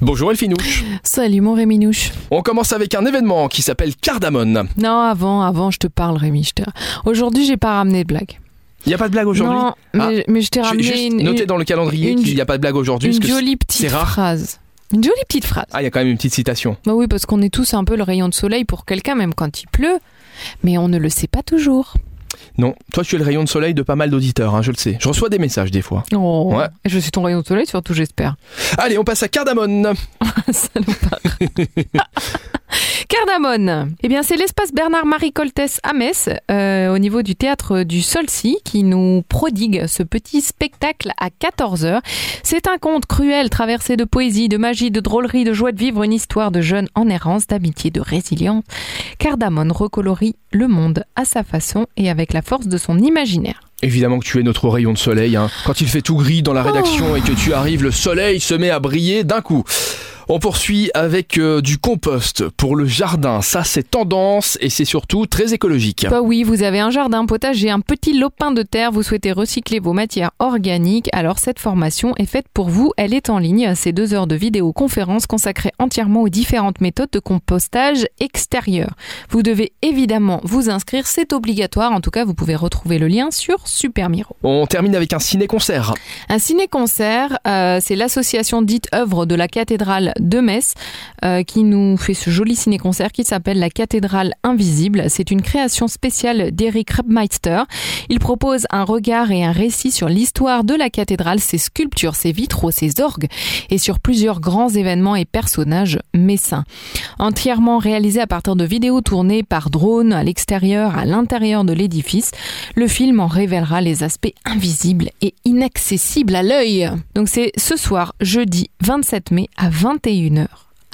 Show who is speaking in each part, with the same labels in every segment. Speaker 1: Bonjour Elfinouche.
Speaker 2: Salut mon Rémi Nouche.
Speaker 1: On commence avec un événement qui s'appelle Cardamone.
Speaker 2: Non, avant, avant, je te parle Rémi. je te- Aujourd'hui, j'ai pas ramené de blague.
Speaker 1: Il n'y a pas de blague aujourd'hui Ah.
Speaker 2: Non, mais, mais je t'ai
Speaker 1: Je vais
Speaker 2: ramené
Speaker 1: juste
Speaker 2: une,
Speaker 1: noter dans le calendrier
Speaker 2: une-
Speaker 1: qu'il n'y a pas de blague aujourd'hui.
Speaker 2: une
Speaker 1: parce que
Speaker 2: jolie
Speaker 1: c'est
Speaker 2: petite
Speaker 1: rare.
Speaker 2: phrase. Une jolie petite phrase.
Speaker 1: Ah, il y a quand même une petite citation.
Speaker 2: Bah oui, parce qu'on est tous un peu le rayon de soleil pour quelqu'un, même quand il pleut. Mais on ne le sait pas toujours.
Speaker 1: Non, toi tu es le rayon de soleil de pas mal d'auditeurs, hein, je le sais. Je reçois des messages des fois.
Speaker 2: Oh,
Speaker 1: Ouais.
Speaker 2: Je suis ton rayon de soleil, surtout, j'espère.
Speaker 1: Allez, on passe à Cardamone.
Speaker 2: Salopard. Cardamone. Eh bien, c'est l'espace Bernard-Marie Coltès à Metz, euh, au niveau du théâtre du Solci, qui nous prodigue ce petit spectacle à 14h. C'est un conte cruel traversé de poésie, de magie, de drôlerie, de joie de vivre, une histoire de jeunes en errance, d'amitié, de résilience. Cardamone recolorie le monde à sa façon et avec la force de son imaginaire.
Speaker 1: Évidemment que tu es notre rayon de soleil. hein. Quand il fait tout gris
Speaker 2: Oh.
Speaker 1: dans la rédaction et que tu arrives, le soleil se met à briller d'un coup. On poursuit avec euh, du compost pour le jardin. Ça, c'est tendance et c'est surtout très écologique.
Speaker 2: Bah oui, vous avez un jardin, potager, un petit lopin de terre, vous souhaitez recycler vos matières organiques, alors cette formation est faite pour vous. Elle est en ligne. C'est deux heures de vidéoconférence consacrées entièrement aux différentes méthodes de compostage extérieur. Vous devez évidemment vous inscrire, c'est obligatoire. En tout cas, vous pouvez retrouver le lien sur Super Miro.
Speaker 1: On termine avec un ciné-concert.
Speaker 2: Un ciné-concert, euh, c'est l'association dite œuvre de la cathédrale de Metz euh, qui nous fait ce joli ciné-concert qui s'appelle La cathédrale invisible. C'est une création spéciale d'Eric Rebmeister. Il propose un regard et un récit sur l'histoire de la cathédrale, ses sculptures, ses vitraux, ses orgues et sur plusieurs grands événements et personnages messins. Entièrement réalisé à partir de vidéos tournées par drone à l'extérieur, à l'intérieur de l'édifice, le film en révélera les aspects invisibles et inaccessibles à l'œil. Donc c'est ce soir, jeudi 27 mai à 21h,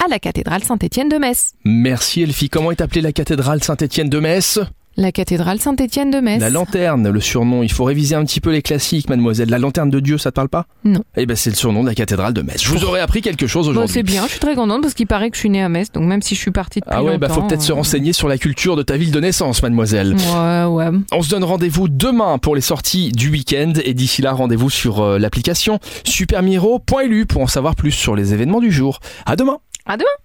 Speaker 2: à la cathédrale Saint-Étienne de Metz.
Speaker 1: Merci Elfie. Comment est appelée la cathédrale Saint-Étienne de Metz
Speaker 2: La cathédrale Saint-Étienne de Metz.
Speaker 1: La lanterne, le surnom. Il faut réviser un petit peu les classiques, mademoiselle. La lanterne de Dieu, ça te parle pas
Speaker 2: Non.
Speaker 1: Eh ben, c'est le surnom de la cathédrale de Metz. Je vous aurais appris quelque chose
Speaker 2: Bon,
Speaker 1: aujourd'hui.
Speaker 2: c'est bien, je suis très contente parce qu'il paraît que je suis née à Metz, donc même si je suis partie depuis
Speaker 1: ah ouais, bah faut
Speaker 2: longtemps,
Speaker 1: peut-être se
Speaker 2: euh, Mm.
Speaker 1: renseigner sur la culture de ta ville de naissance, mademoiselle.
Speaker 2: Ouais, ouais.
Speaker 1: On se donne rendez-vous demain pour les sorties du week-end et d'ici là, rendez-vous sur euh, l'application supermiro.lu pour en savoir plus sur les événements du jour. À demain.
Speaker 2: À demain.